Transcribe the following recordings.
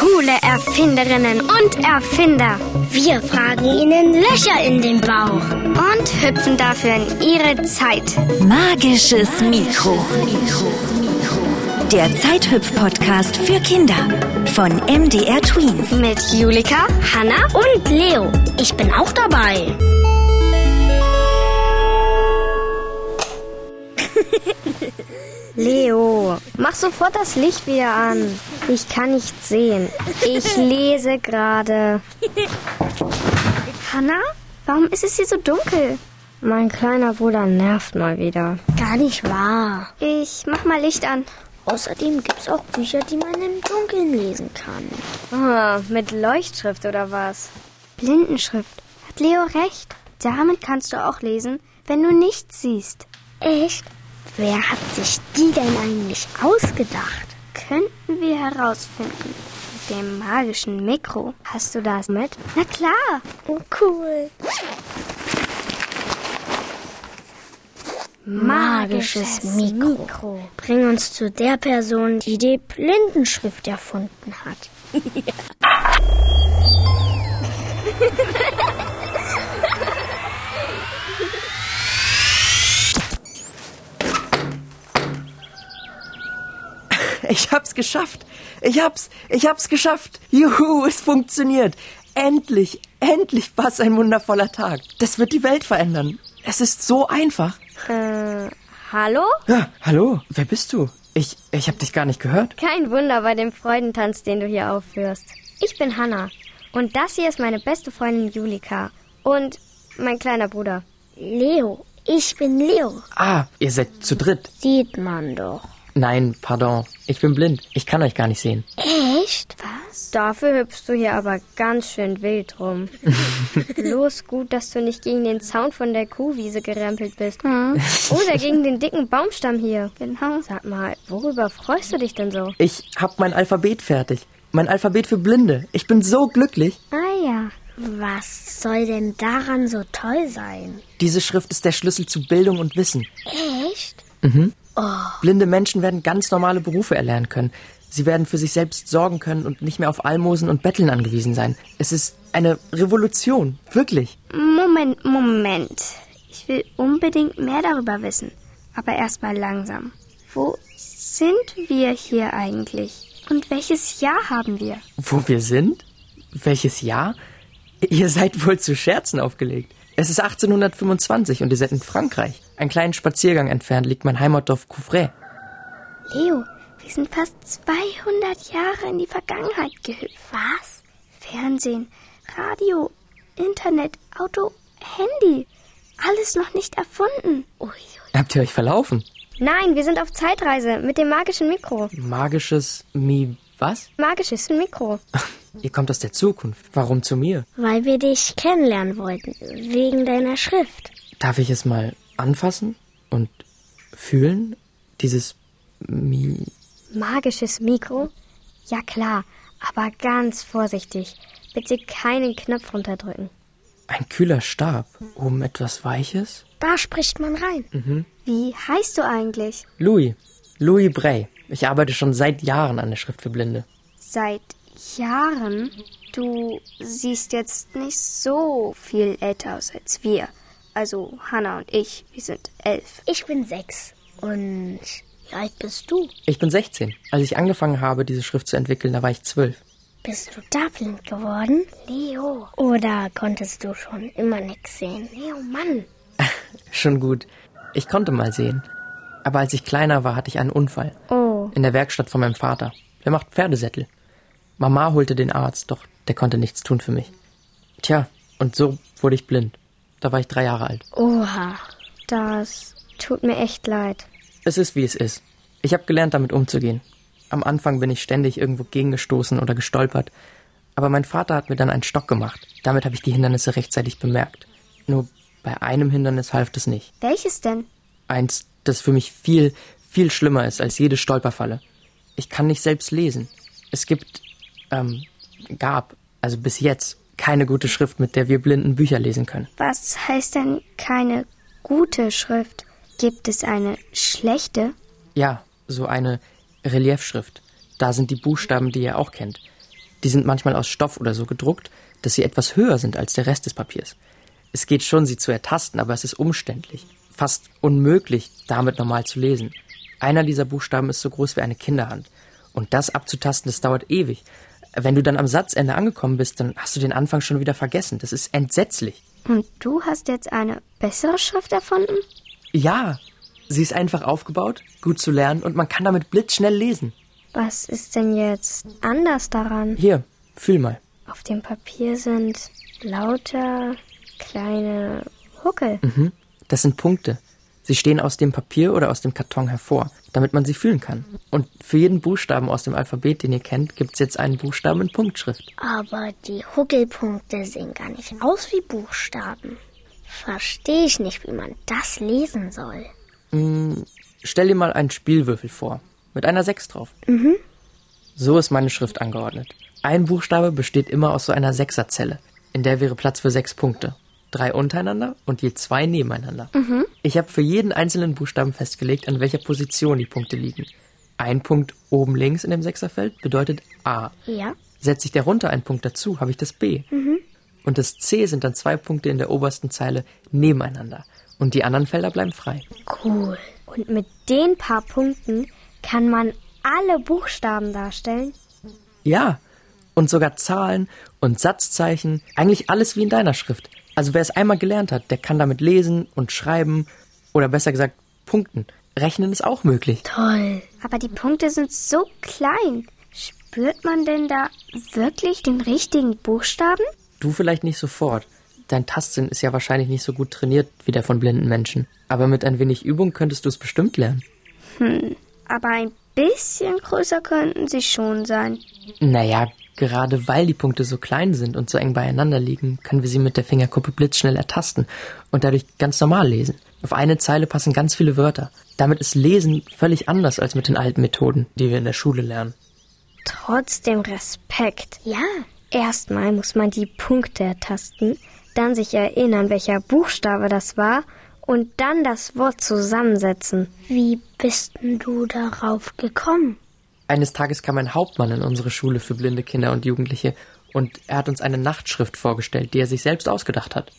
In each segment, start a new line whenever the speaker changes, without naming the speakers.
Coole Erfinderinnen und Erfinder.
Wir fragen ihnen Löcher in den Bauch.
Und hüpfen dafür in ihre Zeit.
Magisches Mikro. Der Zeithüpf-Podcast für Kinder von MDR Tweens.
Mit Julika, Hanna
Und Leo, ich bin auch dabei.
Leo. Mach sofort das Licht wieder an. Ich kann nicht sehen. Ich lese gerade. Hanna, warum ist es hier so dunkel? Mein kleiner Bruder nervt mal wieder.
Gar nicht wahr.
Ich mach mal Licht an.
Außerdem gibt's auch Bücher, die man im Dunkeln lesen kann.
Ah, mit Leuchtschrift oder was? Blindenschrift. Hat Leo recht? Damit kannst du auch lesen, wenn du nichts siehst.
Echt? Wer hat sich die denn eigentlich ausgedacht?
Könnten wir herausfinden. Mit dem magischen Mikro. Hast du das mit? Na klar.
Oh, cool. Magisches Mikro. Bring uns zu der Person, die die Blindenschrift erfunden hat.
Ich hab's geschafft. Ich hab's, ich hab's geschafft. Juhu, es funktioniert. Endlich, endlich, was ein wundervoller Tag. Das wird die Welt verändern. Es ist so einfach.
Äh, hallo?
Ja, hallo, wer bist du? Ich, ich hab dich gar nicht gehört.
Kein Wunder bei dem Freudentanz, den du hier aufführst. Ich bin Hanna. Und das hier ist meine beste Freundin Julika. Und mein kleiner Bruder.
Leo. Ich bin Leo.
Ah, ihr seid zu dritt.
Sieht man doch.
Nein, pardon. Ich bin blind. Ich kann euch gar nicht sehen.
Echt?
Dafür hüpfst du hier aber ganz schön wild rum. Bloß gut, dass du nicht gegen den Zaun von der Kuhwiese gerempelt bist. Oder gegen den dicken Baumstamm hier. Genau. Sag mal, worüber freust du dich denn so?
Ich hab mein Alphabet fertig. Mein Alphabet für Blinde. Ich bin so glücklich.
Ah ja.
Was soll denn daran so toll sein?
Diese Schrift ist der Schlüssel zu Bildung und Wissen. Mhm.
Echt?
Blinde Menschen werden ganz normale Berufe erlernen können. Sie werden für sich selbst sorgen können und nicht mehr auf Almosen und Betteln angewiesen sein. Es ist eine Revolution, wirklich.
Moment, Moment. Ich will unbedingt mehr darüber wissen. Aber erstmal langsam. Wo sind wir hier eigentlich? Und welches Jahr haben wir?
Wo wir sind? Welches Jahr? Ihr seid wohl zu Scherzen aufgelegt. Es ist 1825 und ihr seid in Frankreich. Einen kleinen Spaziergang entfernt liegt mein Heimatdorf Couvray.
Leo, wir sind fast 200 Jahre in die Vergangenheit gehüpft. Was? Fernsehen, Radio, Internet, Auto, Handy. Alles noch nicht erfunden.
Habt ihr euch verlaufen?
Nein, wir sind auf Zeitreise mit dem magischen Mikro.
Magisches Mi... was?
Magisches Mikro.
Ihr kommt aus der Zukunft. Warum zu mir?
Weil wir dich kennenlernen wollten. Wegen deiner Schrift.
Darf ich es mal anfassen und fühlen? Dieses Mi...
Magisches Mikro? Ja klar, aber ganz vorsichtig. Bitte keinen Knopf runterdrücken.
Ein kühler Stab. Oben etwas Weiches?
Da spricht man rein.
Wie heißt du eigentlich?
Louis. Louis Bray. Ich arbeite schon seit Jahren an der Schrift für Blinde.
Seit Jahren? Du siehst jetzt nicht so viel älter aus als wir. Also Hannah und ich, wir sind elf.
Ich bin sechs. Und wie alt bist du?
Ich bin 16. Als ich angefangen habe, diese Schrift zu entwickeln, da war ich 12.
Bist du da blind geworden? Leo. Oder konntest du schon immer nix sehen? Leo, Mann.
Schon gut. Ich konnte mal sehen. Aber als ich kleiner war, hatte ich einen Unfall.
Oh.
In der Werkstatt von meinem Vater. Der macht Pferdesättel. Mama holte den Arzt, doch der konnte nichts tun für mich. Tja, und so wurde ich blind. Da war ich drei Jahre alt.
Oha.
Das tut mir echt leid.
Es ist, wie es ist. Ich habe gelernt, damit umzugehen. Am Anfang bin ich ständig irgendwo gegengestoßen oder gestolpert. Aber mein Vater hat mir dann einen Stock gemacht. Damit habe ich die Hindernisse rechtzeitig bemerkt. Nur bei einem Hindernis half es nicht.
Welches denn?
Eins, das für mich viel, viel schlimmer ist als jede Stolperfalle. Ich kann nicht selbst lesen. Es gibt, ähm, gab, also bis jetzt, keine gute Schrift, mit der wir blinden Bücher lesen können.
Was heißt denn keine gute Schrift? Gibt es eine schlechte?
Ja, so eine Reliefschrift. Da sind die Buchstaben, die ihr auch kennt. Die sind manchmal aus Stoff oder so gedruckt, dass sie etwas höher sind als der Rest des Papiers. Es geht schon, sie zu ertasten, aber es ist umständlich. Fast unmöglich, damit normal zu lesen. Einer dieser Buchstaben ist so groß wie eine Kinderhand. Und das abzutasten, das dauert ewig. Wenn du dann am Satzende angekommen bist, dann hast du den Anfang schon wieder vergessen. Das ist entsetzlich.
Und du hast jetzt eine bessere Schrift erfunden?
Ja, sie ist einfach aufgebaut, gut zu lernen und man kann damit blitzschnell lesen.
Was ist denn jetzt anders daran?
Hier, fühl mal.
Auf dem Papier sind lauter kleine Huckel.
Das sind Punkte. Sie stehen aus dem Papier oder aus dem Karton hervor, damit man sie fühlen kann. Und für jeden Buchstaben aus dem Alphabet, den ihr kennt, gibt's jetzt einen Buchstaben in Punktschrift.
Aber die Huckelpunkte sehen gar nicht aus wie Buchstaben. Verstehe ich nicht, wie man das lesen soll.
Stell dir mal einen Spielwürfel vor, mit einer 6 drauf. So ist meine Schrift angeordnet. Ein Buchstabe besteht immer aus so einer Sechserzelle. In der wäre Platz für sechs Punkte. Drei untereinander und je zwei nebeneinander. Ich habe für jeden einzelnen Buchstaben festgelegt, an welcher Position die Punkte liegen. Ein Punkt oben links in dem Sechserfeld bedeutet A.
Ja?
Setze ich darunter einen Punkt dazu, habe ich das B. Und das C sind dann zwei Punkte in der obersten Zeile nebeneinander. Und die anderen Felder bleiben frei.
Cool.
Und mit den paar Punkten kann man alle Buchstaben darstellen.
Ja, und sogar Zahlen und Satzzeichen, eigentlich alles wie in deiner Schrift. Also wer es einmal gelernt hat, der kann damit lesen und schreiben oder besser gesagt punkten. Rechnen ist auch möglich.
Toll.
Aber die Punkte sind so klein. Spürt man denn da wirklich den richtigen Buchstaben?
Du vielleicht nicht sofort. Dein Tastsinn ist ja wahrscheinlich nicht so gut trainiert wie der von blinden Menschen. Aber mit ein wenig Übung könntest du es bestimmt lernen.
Aber ein bisschen größer könnten sie schon sein.
Naja, gerade weil die Punkte so klein sind und so eng beieinander liegen, können wir sie mit der Fingerkuppe blitzschnell ertasten und dadurch ganz normal lesen. Auf eine Zeile passen ganz viele Wörter. Damit ist Lesen völlig anders als mit den alten Methoden, die wir in der Schule lernen.
Trotzdem Respekt.
Ja.
Erstmal muss man die Punkte ertasten, dann sich erinnern, welcher Buchstabe das war und dann das Wort zusammensetzen.
Wie bist denn du darauf gekommen?
Eines Tages kam ein Hauptmann in unsere Schule für blinde Kinder und Jugendliche und er hat uns eine Nachtschrift vorgestellt, die er sich selbst ausgedacht hat.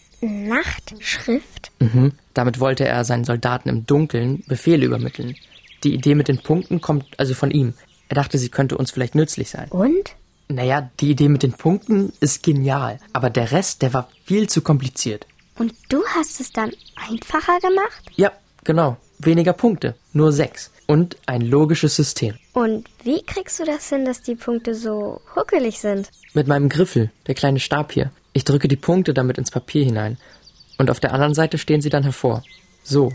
Nachtschrift?
Mhm. Damit wollte er seinen Soldaten im Dunkeln Befehle übermitteln. Die Idee mit den Punkten kommt also von ihm. Er dachte, sie könnte uns vielleicht nützlich sein.
Und?
Naja, die Idee mit den Punkten ist genial, aber der Rest, der war viel zu kompliziert.
Und du hast es dann einfacher gemacht?
Ja, genau. Weniger Punkte, nur sechs. Und ein logisches System.
Und wie kriegst du das hin, dass die Punkte so huckelig sind?
Mit meinem Griffel, der kleine Stab hier. Ich drücke die Punkte damit ins Papier hinein. Und auf der anderen Seite stehen sie dann hervor. So.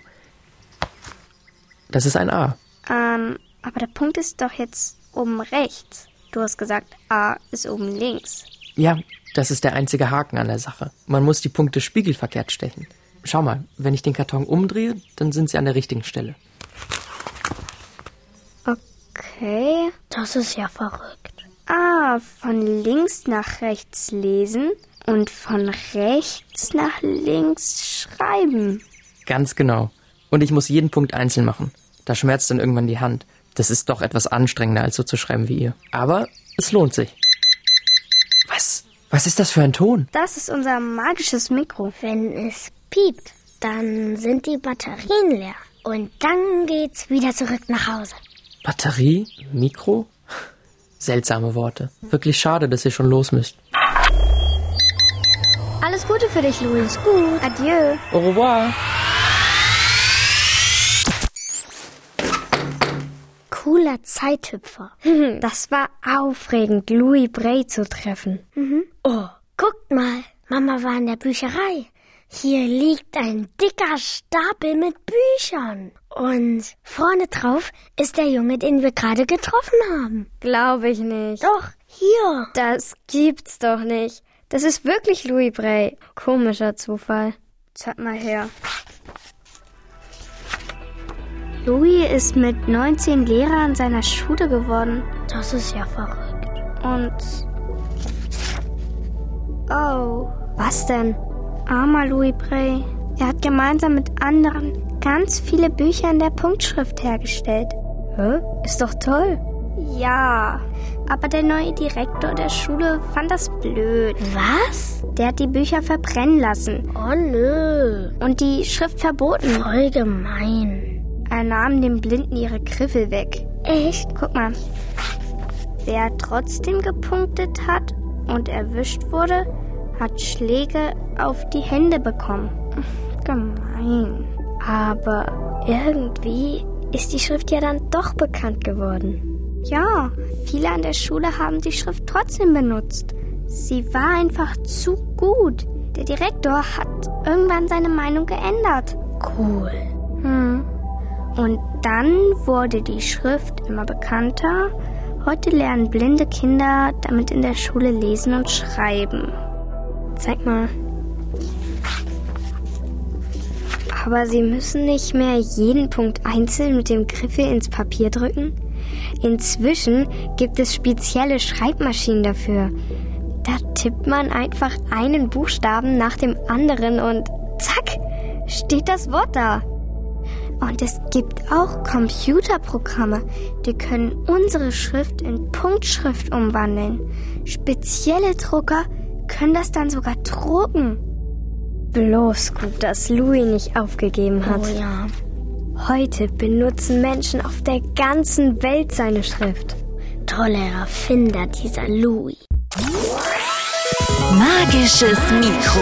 Das ist ein A.
Ähm, aber der Punkt ist doch jetzt oben rechts. Du hast gesagt, A ist oben links.
Ja, das ist der einzige Haken an der Sache. Man muss die Punkte spiegelverkehrt stechen. Schau mal, wenn ich den Karton umdrehe, dann sind sie an der richtigen Stelle.
Okay.
Das ist ja verrückt.
Ah, von links nach rechts lesen und von rechts nach links schreiben.
Ganz genau. Und ich muss jeden Punkt einzeln machen. Da schmerzt dann irgendwann die Hand. Das ist doch etwas anstrengender, als so zu schreiben wie ihr. Aber es lohnt sich. Was? Was ist das für ein Ton?
Das ist unser magisches Mikro.
Wenn es piept, dann sind die Batterien leer. Und dann geht's wieder zurück nach Hause.
Batterie? Mikro? Seltsame Worte. Wirklich schade, dass ihr schon los müsst.
Alles Gute für dich, Louis. Gut. Adieu.
Au revoir.
Cooler Zeithüpfer.
Das war aufregend, Louis Bray zu treffen.
Oh, guckt mal. Mama war in der Bücherei. Hier liegt ein dicker Stapel mit Büchern. Und vorne drauf ist der Junge, den wir gerade getroffen haben.
Glaube ich nicht.
Doch, hier.
Das gibt's doch nicht. Das ist wirklich Louis Bray. Komischer Zufall. Zeig mal her. Louis ist mit 19 Lehrer an seiner Schule geworden.
Das ist ja verrückt.
Und. Oh. Was denn? Armer Louis Bray. Er hat gemeinsam mit anderen ganz viele Bücher in der Punktschrift hergestellt. Hä? Ist doch toll. Ja. Aber der neue Direktor der Schule fand das blöd.
Was?
Der hat die Bücher verbrennen lassen
Oh nö.
und die Schrift verboten.
Voll gemein.
Er nahm dem Blinden ihre Griffel weg.
Echt?
Guck mal. Wer trotzdem gepunktet hat und erwischt wurde, hat Schläge auf die Hände bekommen. Gemein. Aber irgendwie ist die Schrift ja dann doch bekannt geworden. Ja, viele an der Schule haben die Schrift trotzdem benutzt. Sie war einfach zu gut. Der Direktor hat irgendwann seine Meinung geändert.
Cool.
Und dann wurde die Schrift immer bekannter. Heute lernen blinde Kinder damit in der Schule lesen und schreiben. Zeig mal. Aber sie müssen nicht mehr jeden Punkt einzeln mit dem Griffel ins Papier drücken. Inzwischen gibt es spezielle Schreibmaschinen dafür. Da tippt man einfach einen Buchstaben nach dem anderen und zack, steht das Wort da. Und es gibt auch Computerprogramme, die können unsere Schrift in Punktschrift umwandeln. Spezielle Drucker können das dann sogar drucken. Bloß gut, dass Louis nicht aufgegeben hat.
Oh ja.
Heute benutzen Menschen auf der ganzen Welt seine Schrift.
Toller Erfinder, dieser Louis.
Magisches Mikro.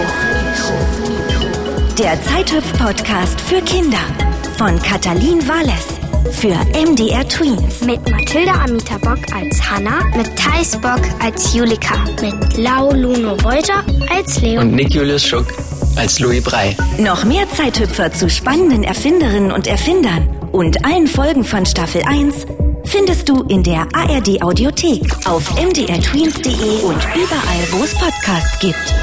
Der Zeithüpf-Podcast für Kinder von Katalin Wales für MDR Tweens.
Mit Mathilda Amita Bock als Hanna, mit Thais Bock als Julika.
Mit Lau Luno Reuter als Leo.
und Nick Julius Schuck als Louis Brei.
Noch mehr Zeithüpfer zu spannenden Erfinderinnen und Erfindern und allen Folgen von Staffel 1 findest du in der E ARD Audiothek auf mdrtweens.de und überall, wo es Podcasts gibt.